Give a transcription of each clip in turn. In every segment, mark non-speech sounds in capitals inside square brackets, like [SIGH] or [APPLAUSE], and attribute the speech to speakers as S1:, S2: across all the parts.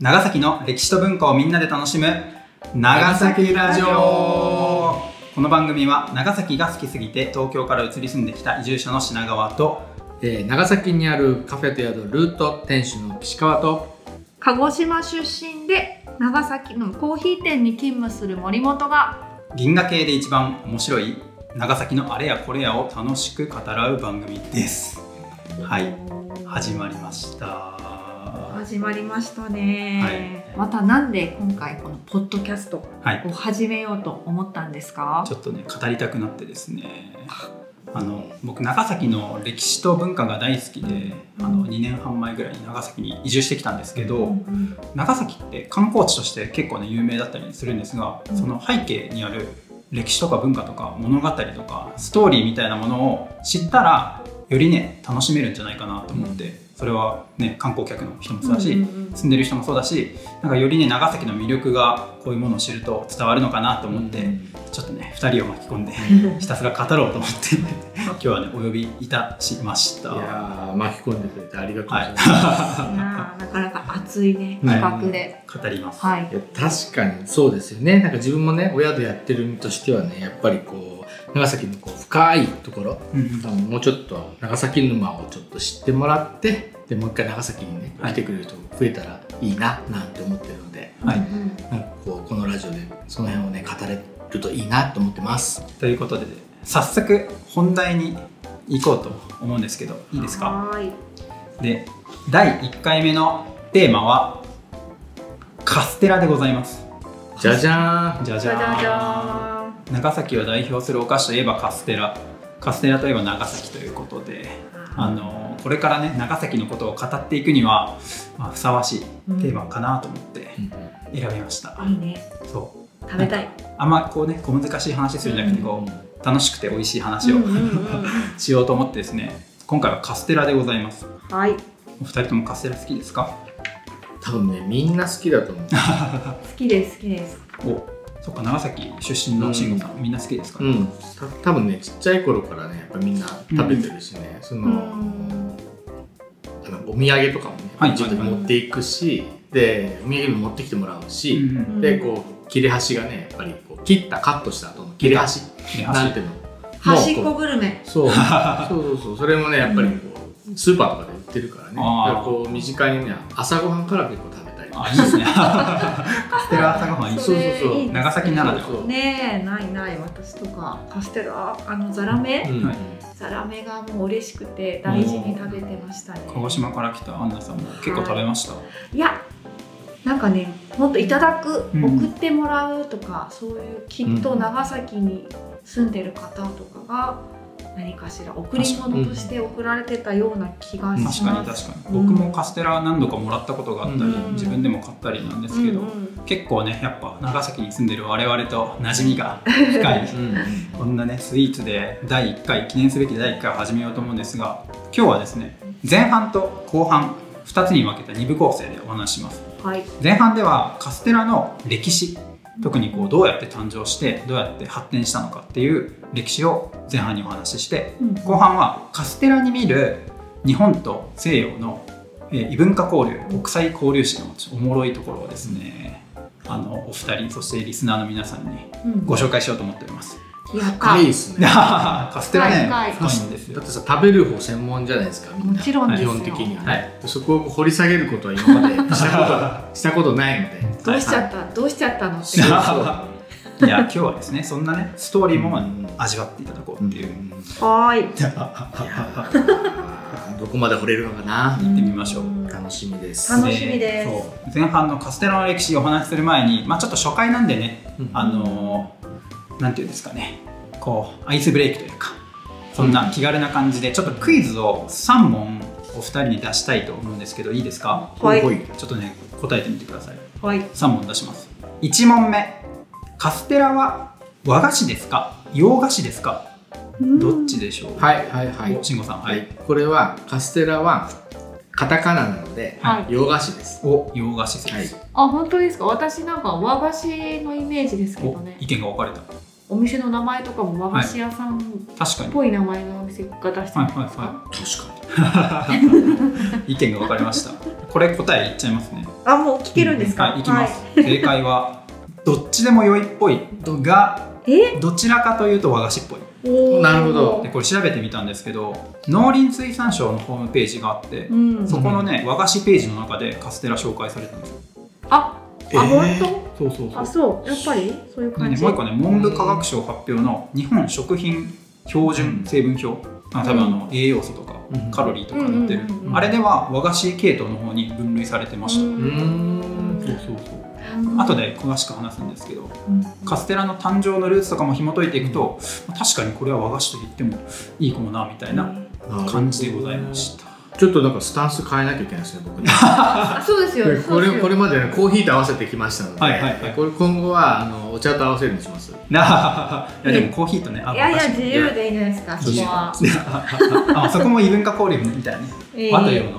S1: 長崎の歴史と文化をみんなで楽しむ長崎ラジオこの番組は長崎が好きすぎて東京から移り住んできた移住者の品川と
S2: えー長崎にあるカフェと宿ルート店主の岸川と
S3: 鹿児島出身で長崎のコーヒー店に勤務する森本が
S1: 銀河系で一番面白い長崎のあれやこれやを楽しく語らう番組ですはい始まりました
S3: 始まりましたね、
S1: はい
S3: またなんで今回このポッドキャスト
S1: はい
S3: を始めようと思ったんですか
S1: ちょっとね語りたくなってですねあの僕長崎の歴史と文化が大好きであの2年半前ぐらいに長崎に移住してきたんですけど、 [LAUGHS]
S3: うん
S1: 長崎って観光地として結構ね有名だったりするんですが、
S3: うん
S1: その背景にある歴史とか文化とか物語とかストーリーみたいなものを知ったらよりね楽しめるんじゃないかなと思って、それはね観光客の人もそうだし、
S3: うんうんうん
S1: 住んでる人もそうだしなんかよりね長崎の魅力がこういうものを知ると伝わるのかなと思って、ちょっとね2人を巻き込んでひたすら語ろうと思って [LAUGHS] 今日はねお呼びいたしました。
S2: いやー巻き込んでくれてありがとうございます、
S1: はい
S3: なあなかなか熱いね
S1: はい
S3: 企画で、
S1: 語ります、
S3: はい
S2: いや確かにそうですよねなんか自分もねお宿やってる身としてはねやっぱりこう長崎のこう深いところ
S1: うん
S2: あのもうちょっと長崎沼をちょっと知ってもらってでもう一回長崎にね
S1: はい
S2: 来てくれる人が増えたらいいななんて思ってるので、
S1: はい
S3: うん
S2: なんかこうこのラジオでその辺をね語れるといいなと思ってます。
S1: ということで早速本題に行こうと思うんですけどいいですか
S3: はーい
S1: で第1回目のテーマはカステラでございます
S2: じゃじゃーん
S1: じゃ
S3: じ
S1: じ
S3: ゃ
S1: ゃ
S3: じ
S1: ーん
S3: ゃじゃ
S1: 長崎を代表するお菓子といえばカステラカステラといえば長崎ということで
S3: ーん
S1: あのこれからね長崎のことを語っていくには、まあ、ふさわしいテーマかなと思って選びました、
S3: いいね
S1: そ
S3: 食べたい、
S1: うあんまこうね小難しい話するんじゃなくてこう楽しくて美味しい話を
S3: うんうんうん
S1: しようと思ってですね今回はカステラでございます
S3: はい
S1: お二人ともカステラ好きですか
S2: 多分ねみんな好きだ
S1: [LAUGHS]
S2: と思う。
S3: 好きです好きです
S1: おそっか長崎出身の慎吾さん、みんな好きですか、
S2: う
S1: ね
S2: ん、た多分ねちっちゃい頃からねやっぱみんな食べてるしね、その、
S3: うん
S2: あのお土産とかもね、
S1: はい
S2: 自分で持っていくしでお土産にも持ってきてもらう
S1: う
S2: し、
S1: ん
S2: でこう切れ端がねやっぱりこう切ったカットした後の切れ端
S1: ね
S2: なん
S1: 足
S2: ていうの
S3: 端っ
S2: も
S3: こ
S2: うこ
S3: グルメ
S2: う
S1: [LAUGHS]
S2: そうそうそうそうそれもねやっぱりこうスーパーとかで売ってるからね
S1: あー
S2: だからこう身近にね朝ごはんから結構食べたり
S1: あいいです
S2: [LAUGHS]
S1: ねカステラ朝ごはんいいです
S2: そう
S1: ね
S2: そうそ
S3: いい
S2: う
S3: ですね
S1: 長崎ならでは
S2: そうそう
S3: ねえないない私とかカステラあのザラメ、
S2: うん
S1: はい
S3: ザラメがもう嬉しくて大事に食べてましたね
S1: 鹿児島から来たアンナさんも結構食べました、
S3: いやなんかねもっといただく、
S1: うん
S3: 送ってもらうとかそういうきっと長崎に住んでる方とかが何かしら贈り物として送られてたような気がしま
S1: 確
S3: す、
S1: かに確かに、
S3: うん
S1: 僕もカステラ何度かもらったことがあったり、
S3: うん
S1: 自分でも買ったりなんですけど、
S3: うんうん
S1: 結構ねやっぱ長崎に住んでる我々と馴染みが深い [LAUGHS]
S2: うん
S1: こんなねスイーツで第1回記念すべき第1回を始めようと思うんですが今日はですね前半と後半2つに分けた2部構成でお話しします
S3: はい
S1: 前半ではカステラの歴史特にこうどうやって誕生してどうやって発展したのかっていう歴史を前半にお話しして
S3: うん
S1: 後半はカステラに見る日本と西洋のえー異文化交流国際交流史のおもろいところをですねあのお二人そしてリスナーの皆さんに
S3: うん
S1: ご紹介しようと思っております
S3: やった
S2: 深いです
S1: [LAUGHS]
S2: ね
S1: カステラね
S3: 深い
S1: 深いんです
S2: だ
S1: よ
S2: ってさ食べる方専門じゃないですかみん
S3: も
S2: な
S3: ちろんです
S2: 基
S3: よ
S2: 本的にはね、
S1: はい
S2: そこを掘り下げることは今までしたことしたことないので
S1: [LAUGHS]
S3: どうしちゃった、どうしちゃったのって
S2: そうそう
S1: いや今日はですねそんなねストーリーも味わっていただこうっていう、
S2: うん
S3: はーい
S2: いやーどこまで掘れるのかな
S1: 行ってみましょう
S2: 楽しみです
S3: 楽しみです
S1: そう前半のカステラの歴史をお話しする前に、まあ、ちょっと初回なんでね、
S2: うん
S1: あのーなんていうんですかねこうアイスブレイクというかそんな気軽な感じでちょっとクイズを3問お二人に出したいと思うんですけどいいですか
S3: はい
S2: ほい
S1: ちょっとね答えてみてください
S3: はい
S1: 3問出します1問目カステラは和菓子ですか洋菓子ですかどっちでしょう
S2: はいはいはい
S1: お慎吾さんは、
S2: はいいこれはカステラはカタカナなので、
S3: はい
S2: 洋菓子です
S1: お洋菓子説、
S2: はい
S3: あ本当ですか私なんか和菓子のイメージですけど
S1: お
S3: ね
S1: 意見が分かれた
S3: お店の名前とかも和菓子屋さんっ
S1: 確かに
S3: ぽい名前のお店が出してるんですか、
S1: はいはいは
S2: 確か
S1: 意見が分かれましたこれ答え言っちゃいますね
S4: あもう聞けるんですか、
S1: はい、いきます、正解はどっちでも良いっぽいが
S4: はいえ
S1: どちらかというと和菓子っぽい
S4: おー
S2: なるほど
S1: でこれ調べてみたんですけど農林水産省のホームページがあって
S4: う、ん
S1: そこのね和菓子ページの中でカステラ紹介されたんですよ
S4: あ
S2: え
S4: あ
S2: ー
S4: 本
S1: そうそう
S4: 当あそうやっぱりそういう
S1: で
S4: 感
S1: ね、
S4: じ、
S1: もう一個ね文部科学省発表の日本食品標準成分表、あ多分あの栄養素とか
S2: うん
S1: カロリーとか載ってる、
S4: うんうんうんうん
S1: あれでは和菓子系統の方に分類されてました、
S4: う
S2: うんん
S1: そうそうそう後で詳しく話すんですけどカステラの誕生のルーツとかも紐解いていくと、まあ確かにこれは和菓子と言ってもいいかもなみたいな感じでございました、
S2: ちょっとなんかスタンス変えなきゃいけないですね僕ね
S3: あそうですよ
S2: でこ
S3: そうです
S2: れ
S3: よ
S2: これまでねコーヒーと合わせてきましたので、
S1: はいはいはい
S2: これ今後はあのお茶と合わせるようにします
S1: なあ [LAUGHS] いやでもコーヒーとねあ
S3: いやい
S1: 和菓
S3: や
S1: 子
S3: 自由でいいじゃないですかそこは
S1: であそこも異文化交流みたいなね、
S3: ええ
S1: 和と洋の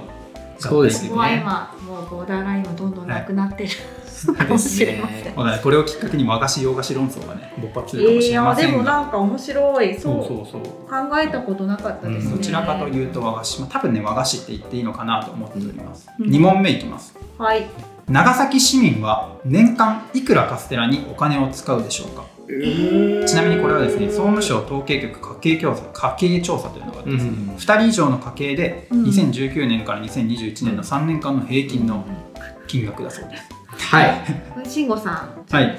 S2: そうですね
S3: ここは今もうボーダーラインはどんどんなくなってる、 [LAUGHS] かもしれません
S1: まあこれをきっかけに和菓子洋菓子論争がね勃発す
S4: え
S1: るかも
S4: ー、
S1: し
S4: い
S1: れ
S4: や
S1: ま
S4: で
S1: せ
S4: も
S1: んが、
S4: なんか面白いそう
S1: そうそうそう
S4: 考えたことなかったですね、
S2: うん
S1: どちらかというと和菓子、まあ、多分ね和菓子って言っていいのかなと思っております、
S4: うん
S1: 2問目いきます
S4: はい
S1: 長崎市民は年間いくらカステラにお金を使うでしょうかちなみにこれはですね総務省統計局家計調査家計調査というのがあってですね、
S2: うん
S1: 2人以上の家計で
S4: うん
S1: 2019年から2021年の3年間の平均の金額だそうです、
S2: はい
S3: 慎吾さん
S1: はい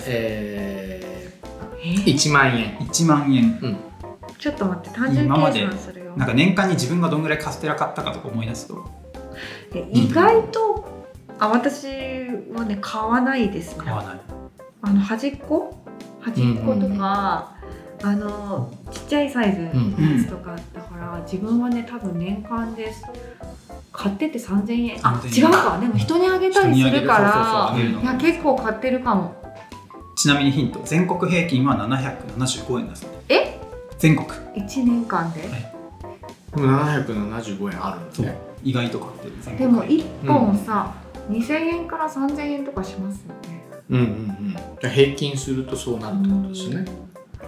S2: え
S3: え
S2: ー、1万円
S1: 1万円
S3: ちょっと待って単純
S1: 今まで
S3: 計算するよ
S1: なんか年間に自分がどんぐらいカステラ買ったかとか思い出すと
S3: え意外とあ私はね買わないですね
S1: 買わない
S3: あの端っこ端っことか、あのちっちゃいサイズのやつとかだから、自分はね多分年間です買ってて3000円あ
S1: 3000
S3: 違
S1: 円
S3: うかでも人にあげた
S1: 人
S3: り
S1: に
S3: す
S1: あげ
S3: る
S1: る
S3: か
S1: そうそうそうあ
S3: ら
S1: げるの
S3: いや結構買ってるかも
S1: ちなみにヒント全国平均は775円だそうです
S3: え
S1: 全国
S3: 1年間で
S2: これ775円あるんですね
S1: 意外と買ってる全
S3: で
S1: 国
S3: も1本さ、2000円から3000円とかしますよね
S2: うんうんうんじゃあ平均するとそうなるってことですね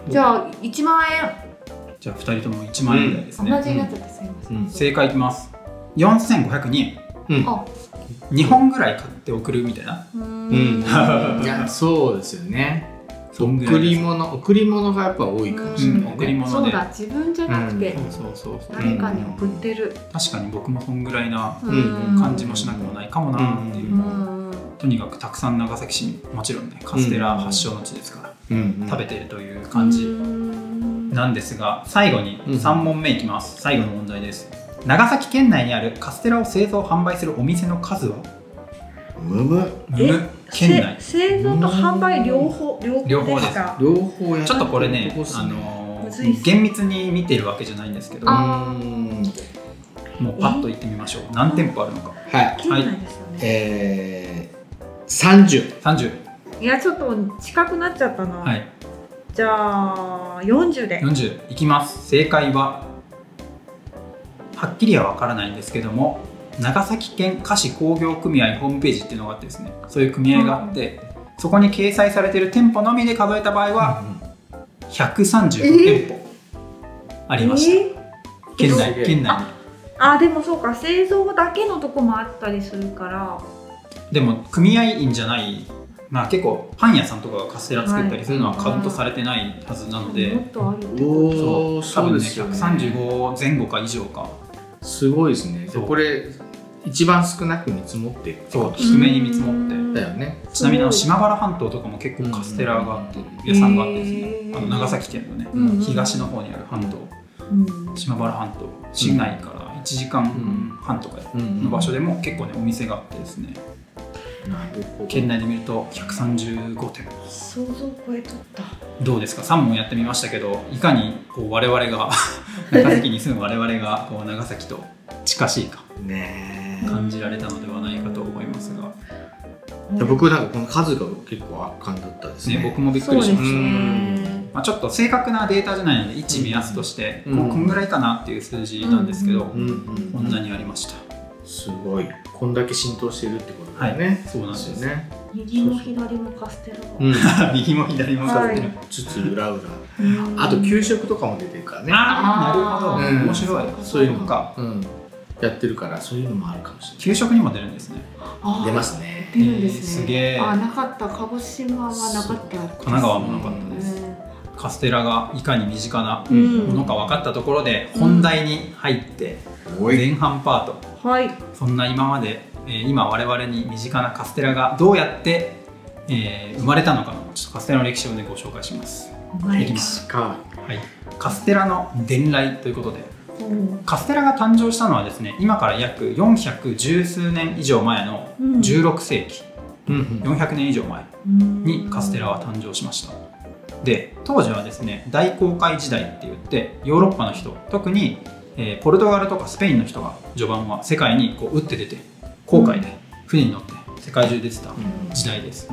S3: じゃあ1万円
S1: じゃあ2人とも1万円台ですね、
S3: 同じになっちゃったすいません、
S2: うん
S1: 正解いきます4502円
S3: あ
S1: 2本ぐらい買って送るみたいな
S3: うー
S2: うん
S3: ん
S2: いやそうですよね
S1: そんぐら
S2: 贈
S1: いで
S2: り
S1: す
S2: 物贈り物がやっぱ多いかもしれ
S1: う
S2: なんい
S1: 贈り
S2: ね、
S1: 物で
S3: [LAUGHS] そうだ自分じゃなくて、
S2: うん
S1: そうそうそう
S3: 誰かに送ってる、
S1: 確かに僕もそんぐらいな
S2: うんうん
S1: 感じもしなくもないかもなっていう、
S2: うん
S3: うん
S1: とにかくたくさん長崎市にもちろんねカステラ発祥の地ですから、
S2: うんうん
S1: 食べてるという感じ、
S3: うん
S1: なんですが最後に
S2: うん
S1: 3問目いきます、最後の問題です長崎県内にあるカステラを製造販売するお店の数は
S2: むむ
S1: むむ県内
S4: せ製造と販売両方両
S1: 両方
S4: 方
S1: で
S4: ですすか
S2: 両方や
S1: ちょっとこれね
S2: ここっす
S1: あの
S4: むずいっ
S1: ー
S4: す
S1: 厳密に見てるわけじゃないんですけど
S3: あ
S2: うん
S1: もうパッと行ってみましょう何店舗あるのか
S2: はい
S4: 県内ですよね、
S2: えー、30
S1: 30
S4: いやちょっと近くなっちゃったな、
S1: はい
S4: じゃあ40で
S1: 40いきます正解ははっきりはわからないんですけども長崎県菓子工業組合ホームページっていうのがあってですねそういう組合があって、そこに掲載されてる店舗のみで数えた場合は、135店舗ありまし
S4: え
S1: た、
S4: ー
S1: 県内
S2: すげえ
S1: 県内に
S4: あでもそうか製造だけのとこもあったりするから
S1: でも組合員じゃないまあ結構パン屋さんとかがカステラ作ったりするのは
S4: はい
S1: カウントされてないはずなので、
S4: もっとあるってこ
S2: おお
S1: 多
S2: そう
S1: 分
S2: で
S1: ね
S2: すよね
S1: 135前後か以上か
S2: すごいですね
S1: そう
S2: これ一番少なく見積もって
S1: そう
S4: と
S1: 低めに見積もって
S4: うん
S2: だよね
S1: ちなみにあの
S4: す
S1: 島原半島とかも結構カステラがあって屋さんがあってですね、
S4: へー
S1: あの長崎県のね、
S4: うんうん
S1: 東の方にある半島
S4: うん
S1: 島原半島市内から1時間半とか
S2: うん
S1: の場所でも結構ねお店があってですね
S2: なるほど
S1: 県内で見ると135店舗
S4: 想像を超えとった
S1: どうですか3問やってみましたけどいかにこう我々が [LAUGHS] 長崎に住む我々がこう長崎と近しいか
S2: ねえ
S1: 感じられたのではないかと思いますが、
S2: いや僕なんかこの数が結構圧巻だったですね
S1: ね、僕もびっく
S4: そう
S1: り
S4: で
S1: し
S4: す
S1: ました、
S4: ね
S1: まあ、ちょっと正確なデータじゃないので一目安としてこう
S2: うん
S1: こんぐらいかなっていう数字なんですけど、
S4: うん
S2: うん
S1: こんなにありました、
S2: すごいこんだけ浸透してるってことだよね、
S1: そうなんです
S2: よね
S4: 右も左もカステラ
S2: う
S1: [LAUGHS]
S2: ん
S1: 右も左もかってる、
S4: は
S2: つつ裏裏
S4: うん
S2: あと給食とかも出てるからね
S1: ああなるほど、
S2: うん
S1: 面白い
S2: そういうの
S1: か
S2: うんやってるからそういうのもあるかもしれない
S1: 給食にも出るんですね
S3: あ
S2: 出ますね
S3: 出るんです
S1: す
S3: ね、
S1: げえ
S3: あなかった鹿児島はなかった
S1: 神
S3: 神
S1: 奈川もなかったです、カステラがいかに身近なものか分かったところで本題に入って
S2: おい
S1: 前半パート
S4: はい
S1: そんな今まで、えー今我々に身近なカステラがどうやって、えー生まれたのかちょっとカステラの歴史をねご紹介します。いきます。
S2: か
S1: はい。カステラの伝来ということで、カステラが誕生したのはですね、今から約410数年以上前の
S4: うん
S1: 16世紀、
S2: うんうん
S1: 400年以上前にカステラは誕生しました。で、当時はですね、大航海時代って言ってヨーロッパの人、特に、えーポルトガルとかスペインの人が序盤は世界にこう打って出て航海で船に乗って世界中出てた時代です。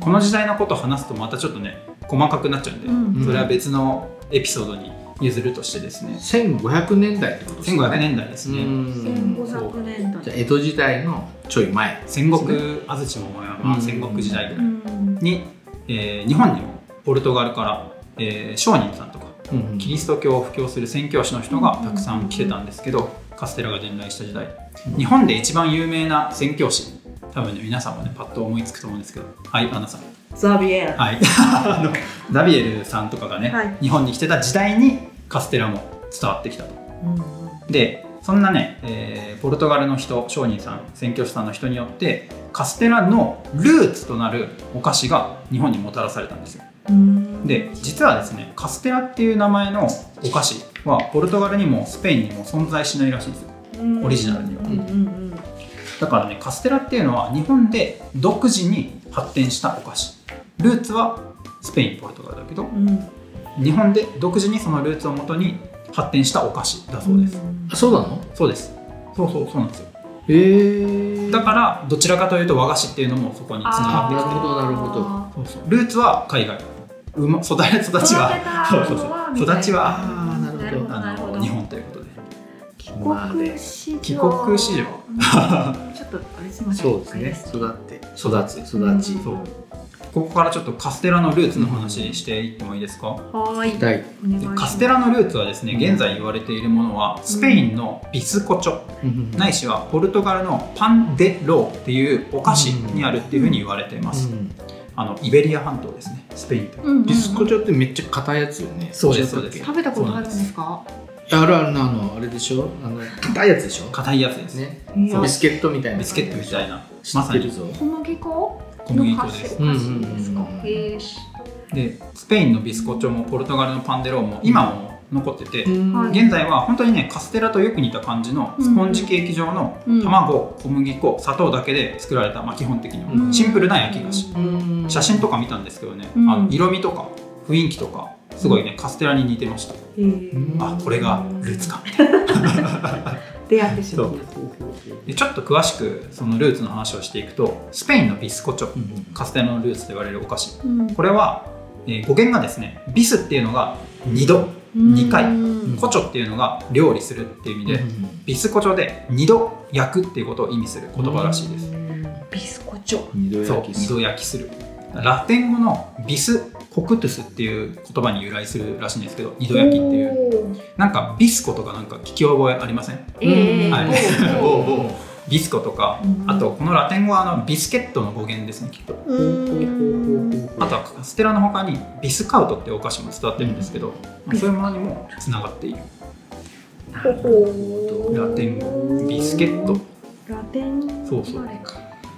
S1: この時代のことを話すとまたちょっとね細かくなっちゃうんで、
S4: うん
S1: それは別のエピソードに譲るとしてですね
S2: 1500年代ってことですね
S1: 1500年代ですね、
S2: うん
S4: 1500年代
S2: じゃあ江戸時代のちょい前
S1: 戦国安土桃山、
S2: うん
S1: 戦国時代ぐ
S4: う
S1: らい
S4: ん
S1: に、えー日本にもポルトガルから、えー商人さんとかキリスト教を布教する宣教師の人がたくさん来てたんですけど、カステラが伝来した時代
S2: うん
S1: 日本で一番有名な宣教師多分ね皆さんもねパッと思いつくと思うんですけどはいアンナさん
S4: ザビエル
S1: はい、 [LAUGHS] あのダビエルさんとかがね、
S4: はい
S1: 日本に来てた時代にカステラも伝わってきたと。でそんなね、えーポルトガルの人商人さん宣教師さんの人によってカステラのルーツとなるお菓子が日本にもたらされたんですよ。で実はですねカステラっていう名前のお菓子はポルトガルにもスペインにも存在しないらしいんですよオリジナルには。
S4: うんうん
S1: だからねカステラっていうのは日本で独自に発展したお菓子。ルーツはスペインポルトガルだけど
S4: うんうん
S1: 日本で独自にそのルーツをもとに発展したお菓子だそうです、
S2: あそうなの
S1: そうですそうそうそうなんですよ
S2: へえ
S1: だからどちらかというと和菓子っていうのもそこにつながっ
S2: あー
S1: て
S2: なるほどなるほど
S1: そうそうルーツは海外うま育れ育ち
S4: 育て
S1: は
S4: た
S1: そうそうそう育ちは
S2: あーなるほど
S1: あ
S4: なるほ
S1: の
S4: ど
S1: 日本ということで
S4: 帰国市場
S1: 帰国子女
S4: うんちょっとあれすいません
S2: そうです
S4: あれ
S2: ね育って育つ
S4: うん
S2: 育ち
S1: そうここからちょっとカステラのルーツの話していってもいいですか、
S4: はーい
S2: 第
S4: お願いし
S1: で
S4: ます
S1: カステラのルーツはですね現在言われているものはスペインのビスコチョないしはポルトガルのパンデローっていうお菓子にあるっていうふうに言われています、あのイベリア半島ですねスペインという
S4: うんうん
S2: ビスコチョってめっちゃ硬いやつよね
S1: そうですそうです
S2: 違ったっ
S3: 食べたことあるんですか
S2: けあるあるなあのあれでしょあの硬いやつでしょ
S1: 硬いやつですね
S2: ね
S4: いや
S2: ビスケットみたいな
S1: ビスケットみたいな
S2: 知
S1: ま
S2: っ
S1: さ
S2: てる
S1: に
S2: ぞ
S3: 小麦粉
S1: 小麦粉です
S3: の菓子お菓子ですか、
S2: うんうんうんう
S3: へ
S2: ん
S3: え
S1: でスペインのビスコチョもポルトガルのパンデローも今も残ってて、
S4: はい
S1: 現在は本当にねカステラとよく似た感じのスポンジケーキ状の
S4: うん
S1: 卵小麦粉砂糖だけで作られた、まあ、基本的に
S2: う
S1: は
S2: ん
S1: シンプルな焼き菓子
S2: うん
S1: 写真とか見たんですけどね、
S4: うん
S1: あの色味とか雰囲気とかすごいねカステラに似てました
S4: へー
S1: あこれがルーツか
S4: 出会ってしま
S1: そうでちょっと詳しくそのルーツの話をしていくとスペインのビスコチョ
S2: うん
S1: カステラのルーツと言われるお菓子
S4: うん
S1: これは、えー語源がですねビスっていうのが2度2回
S4: うん
S1: コチョっていうのが料理するっていう意味で、
S2: うん
S1: ビスコチョで2度焼くっていうことを意味する言葉らしいです、
S4: ビスコチョ
S2: 二度
S1: そう
S2: 焼き
S1: 2度焼きするラテン語のビスコクトゥスっていう言葉に由来するらしいんですけど2度焼きっていう
S4: う
S1: なんかビスコとかなんか聞き覚えありません
S4: ええ
S1: はい
S4: おうおう
S1: ビスコとか、
S4: うん
S1: あとこのラテン語はあのビスケットの語源ですねきっと
S4: うん
S1: あとはカステラの他にビスカウトっていうお菓子も伝わってるんですけど、
S4: ん
S1: そういうものにもつながっている
S4: ほほ
S1: ラテン語ビスケット
S4: ラテン
S1: そうそう
S4: あれか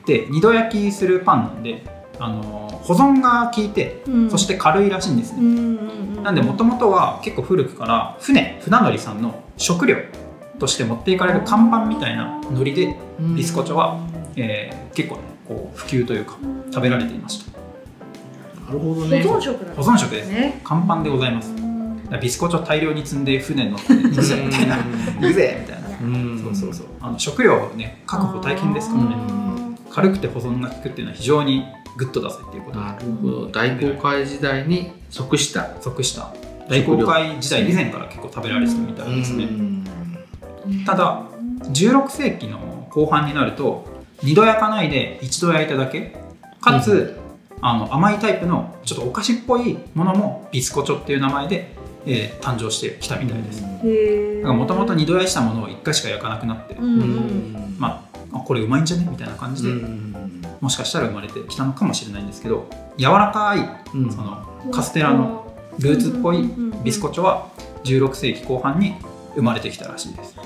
S1: で二度焼きするパンなんで、あのー保存が効いて、
S4: うん
S1: そして軽いらしいんです
S4: う
S1: ね、
S4: んうんうん
S1: なんでもともとは結構古くから船船乗りさんの食料として持っていかれる看板みたいなノリで、ビスコチョはえー結構ねこう普及というか食べられていました
S2: なるほど
S4: 保
S2: ね
S4: 存食だ
S1: 保存食です
S4: ね
S1: 看板でございますだからビスコチョ大量に積んで船に乗って行くぜみたいな行くぜみたいな
S2: うん
S1: そうそうそうあの食料をね確保大変ですからね
S4: うん
S1: 軽くて保存が効くっていうのは非常にグッドだぜっていうことで
S2: なるほど大航海時代に即した
S1: 即した大
S2: 食料
S1: 航海時代以前から結構食べられてたみたいですね
S4: うん
S1: ただ16世紀の後半になると二度焼かないで一度焼いただけかつ、あの甘いタイプのちょっとお菓子っぽいものもビスコチョっていう名前で、ええー誕生してきたみたいです
S2: うん
S4: へえ
S1: もともと二度焼いしたものを1回しか焼かなくなって、
S4: うん
S1: まあこれうまいんじゃねみたいな感じで、
S2: うん
S1: もしかしたら生まれてきたのかもしれないんですけど柔らかい
S2: うん
S1: そのカステラのルーツっぽいビスコチョは16世紀後半に生まれてきたらしいです
S2: や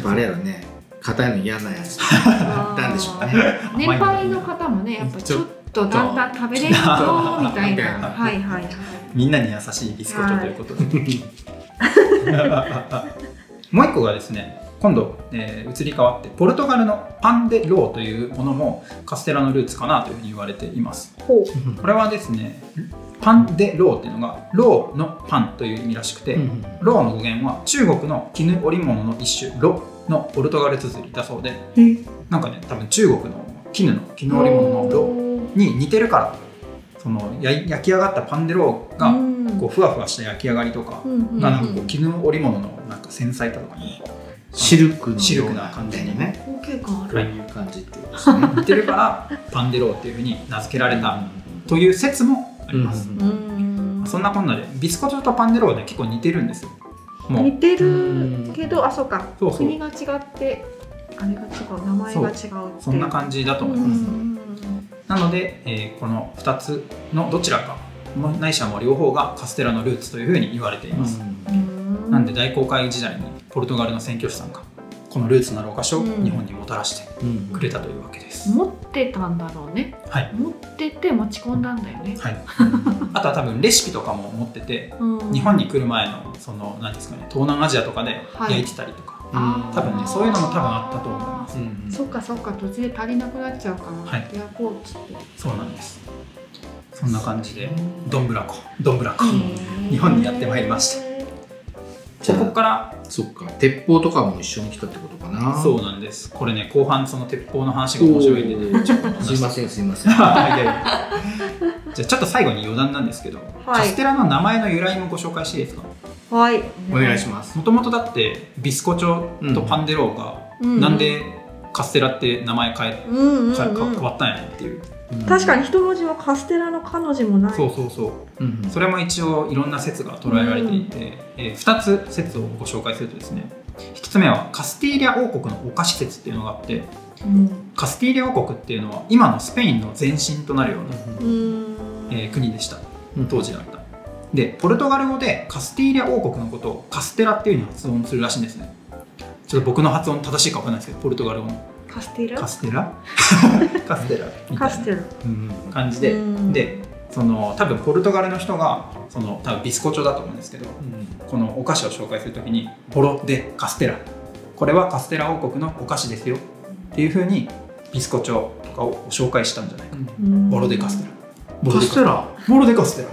S2: っぱあれやろね硬いの嫌なやつ
S3: あー
S2: なんでしょうね
S3: 年配の方もねやっぱちょっとだんだん食べれるぞみたいなはいはいはい
S1: みんなに優しいビスコチョということで [LAUGHS] もう一個がですね今度、えー移り変わってポルトガルのパンデローというものもカステラのルーツかなというふうに言われています
S4: ほ
S1: これはですねパンデローっていうのがローのパンという意味らしくて、
S2: うん
S1: ローの語源は中国の絹織物の一種ロのポルトガル綴りだそうで
S4: うへ
S1: なんかね多分中国の絹の絹織物のロに似てるからそのや焼き上がったパンデローがこうふわふわした焼き上がりとか
S4: うんうん
S1: がなんかこう絹織物のなんか繊細さとかに
S2: シルクの
S1: シルクな感じにね
S3: 高級感あ
S2: こう
S3: る
S2: いう感じっていうことですね
S1: 似てるからパンデローっていうふうに名付けられたという説もあります、
S2: うん
S4: うん
S1: そんなこんなでビスコットとパンデローね結構似てるんですよもう
S4: 似てるけどあそうか
S1: そうそう
S4: 国が違ってあれが違う名前が違うっていう
S1: そんな感じだと思います、なので、えーこの2つのどちらかもないしはもう両方がカステラのルーツというふうに言われています、
S4: うん
S1: なんで大航海時代にポルトガルの宣教師さんがこのルーツのろ過書を日本にもたらして
S2: うん
S1: くれたというわけです、
S3: 持ってたんだろうね
S1: はい、
S3: 持ってて持ち込んだんだよね
S1: はい、あとは多分レシピとかも持ってて
S4: うん
S1: 日本に来る前のその何ですかね東南アジアとかで
S3: はい
S1: 焼いてたりとか、
S3: あー
S1: 多分ねそういうのも多分あったと思います
S2: うん
S3: そっかそっか途中で足りなくなっちゃうから、
S1: はい
S3: やこうっつって
S1: そうなんですそんな感じでどんぶらこどんぶらこ、
S3: うん
S1: 日本にやってまいりました
S2: じゃあ
S1: ここから
S2: そっか鉄砲とかも一緒に来たってことかな
S1: そうなんです。これね、後半その鉄砲の話が面白いんで、ね、ちょっと話
S2: すい
S1: し
S2: ま
S1: ます。
S2: せんすいませ [LAUGHS] ん
S1: [LAUGHS] はいいやいやじゃあちょっと最後に余談なんですけど、カステラの名前の由来もご紹介していいですか
S4: はい
S2: お願いします
S1: もともとだってビスコチョとパンデローが、
S4: うん
S1: なんでカステラって名前変え、
S4: うんうんうん
S1: 変え変わったんやねっていう、
S4: 確か
S2: に
S4: に一文字もカステラの彼女もない
S1: そうそうそうそ
S2: そ
S1: れも一応いろんな説が捉えられていて、えー、2つ説をご紹介するとですね1つ目はカスティーリャ王国のお菓子説っていうのがあって
S4: うん
S1: カスティーリャ王国っていうのは今のスペインの前身となるような
S4: うん
S1: えー国でした当時だった、でポルトガル語でカスティーリャ王国のことをカステラっていうふうに発音するらしいんですねちょっと僕の発音正しいかわかんないですけどポルトガル語の
S4: カステラ
S1: カステ [LAUGHS] ラカステラみた
S4: カ
S1: い
S4: ス
S1: な
S4: テラ
S1: 感じで、
S4: うん
S1: でその多分ポルトガルの人がその多分ビスコチョだと思うんですけどこのお菓子を紹介するときに「ポロ・デ・カステラ」これはカステラ王国のお菓子ですよっていうふうにビスコチョとかを紹介したんじゃないか
S4: うん
S1: ボロデカステラボロ
S2: カ
S1: デ
S2: ステラ
S1: ボロデカステラ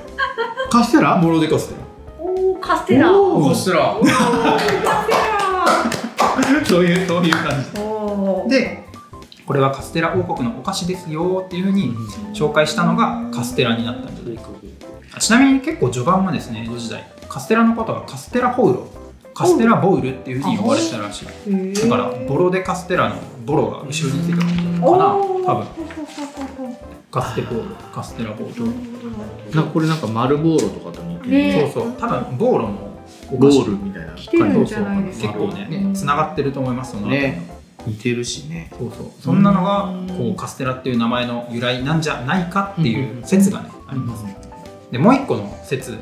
S2: カステラ
S1: ボロデカステラ
S4: おーカステラおー
S1: おー
S2: カステラ
S4: カステ
S1: [LAUGHS] そういうそういう感じ
S4: ラおー
S1: でこれはカステラ王国のお菓子ですよっていうふうに紹介したのがカステラになったんじゃないかあちなみに結構序盤はですね江戸時代カステラのことがカステラホウロカステラボウルっていうふうに呼ばれてたらしい
S4: へ
S1: だ
S4: ー
S1: からボロデカステラのボロが後ろについてたかな
S4: おー
S1: 多分
S4: ほほほほほ
S1: カステボウロカステラボウル
S2: なんかこれなんか丸ボーロとかと似てる、
S4: ね
S1: そうそう多分ボウロもお
S2: ボ
S1: 菓子
S2: ールみたいな
S4: 来てるんじゃないです
S1: 結
S4: か
S1: 構ねつながってると思いますその辺りの
S2: ね似てるしね
S1: そうそうそんなのが
S2: うん
S1: こうカステラっていう名前の由来なんじゃないかっていう
S2: うん
S1: 説がねありますでもう一個の説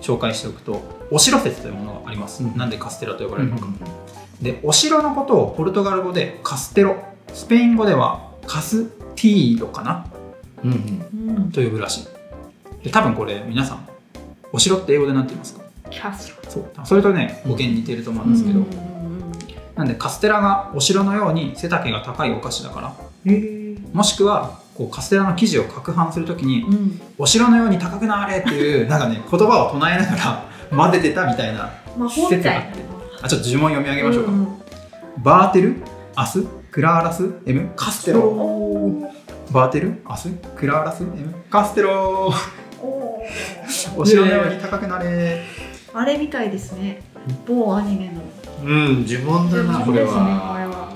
S1: 紹介しておくとお城説というものがあります、
S2: うん
S1: なんでカステラと呼ばれるのか、でお城のことをポルトガル語でカステロスペイン語ではカスティーロかな
S2: うんうん
S4: うん
S1: と呼ぶらしいで多分これ皆さんお城って英語で何て言いますか
S3: キャス
S1: そうそれとね語源似てると思うんですけど、
S4: うんうんうん
S1: なんでカステラがお城のように背丈が高いお菓子だから
S4: へー
S1: もしくはこうカステラの生地を攪拌するときに
S4: うん
S1: 「お城のように高くなれ」っていうなんかね [LAUGHS] 言葉を唱えながら [LAUGHS] 混ぜてたみたいな
S4: 魔法み
S1: 説
S4: た
S1: が
S4: い
S1: あってあちょっと呪文読み上げましょうか、
S4: んん
S1: バーテルアスクラーラス M カステロ
S4: おー
S1: バーテルアスクラーラス M カステロ
S4: おー
S1: お城のように高くなれ
S4: あれみたいですね某アニメの
S2: うん呪文だなこれ
S4: 呪文です
S2: は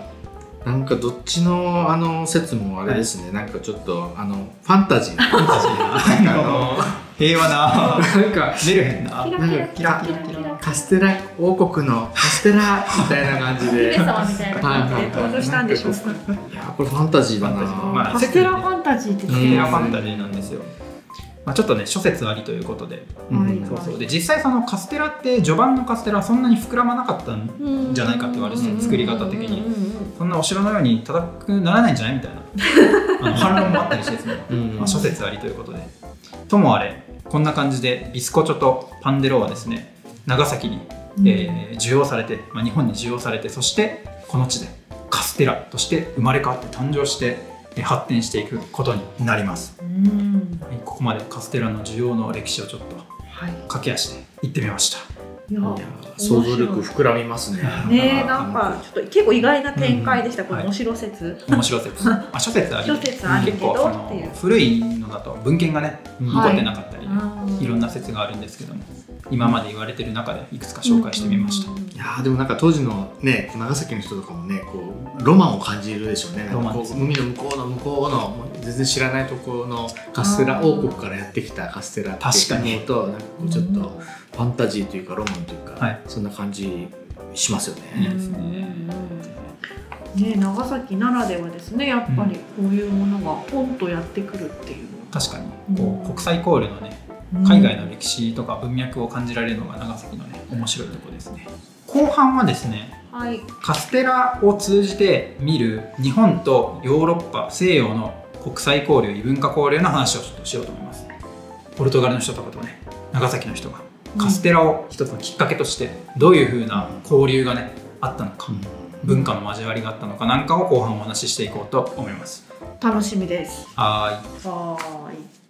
S2: なんかどっちのあの説もあれですね、なんかちょっとあのファンタジー
S1: ファンタジーなあの平和な
S2: なんか
S1: メルヘンな
S4: キラキラ
S2: キラ
S1: キラキラ
S2: カステラ王国のカステラみたいな感じで
S4: 姫様みたいな感じ
S2: はい
S4: で
S2: はい
S4: 登場したんでしょうか。
S2: いやこれファンタジーだ
S1: ファンタジー
S2: な
S1: まあ
S3: カステラファンタジーって
S2: う
S1: フ
S2: ん
S1: ェアファンタジーなんですよ、まあ、ちょっとね諸説ありということで,、
S2: うん
S3: はい
S1: そうそうで実際そのカステラって序盤のカステラはそんなに膨らまなかったんじゃないかって言われてて作り方的にそんなお城のように高くならないんじゃないみたいなあの反論もあったりしてですね、
S2: うん
S1: まあ、諸説ありということでともあれこんな感じでビスコチョとパンデローはですね長崎に、えー需要されて、まあ、日本に需要されてそしてこの地でカステラとして生まれ変わって誕生してえー発展していくことになります、
S3: うん
S1: はい、ここまでカステラの需要の歴史をちょっと
S3: はい
S1: 駆け足で行ってみました
S3: いや
S2: いや想像力膨らみますね
S4: ねえなんかちょっと結構意外な展開でした、
S1: うん
S4: このお城説。
S1: 面
S4: [LAUGHS]
S1: 白説まあ諸説あり
S4: 諸説あるけど
S1: 結構あ
S4: っていう
S1: の古いのだと文献がね残ってなかったり、ねい、ろん
S4: な
S1: な説があるんですけども今まで言われてる中でいくつか紹介してみました、
S2: いやーでもなんか当時のね長崎の人とかもねこうロマンを感じるでしょうねなん
S1: ロマ
S2: か
S1: ン
S2: こ
S1: で
S2: う海の向こうの向こうのもう全然知らないところのカステラ王国からやってきたカステラって
S1: 確かに
S2: 思うとなんかこうちょっとファンタジーというかロマンというか、
S1: はい
S2: そんな感じしますよ
S1: いい
S2: ね。
S1: ですね
S4: ねえ長崎ならではですねやっぱりこういうものがポンとやってくるっていう。
S1: 確か
S4: うん
S1: にこう国際交流のね海外の歴史とか文脈を感じられるのが長崎のね面白いところですね後半はですね
S4: はい。
S1: カステラを通じて見る日本とヨーロッパ西洋の国際交流異文化交流の話をちょっとしようと思いますポルトガルの人とかとね長崎の人がカステラを一つのきっかけとしてどういう風な交流がねあったのか文化の交わりがあったのかなんかを後半お話ししていこうと思います
S4: 楽しみです。
S1: はーい
S4: はーい。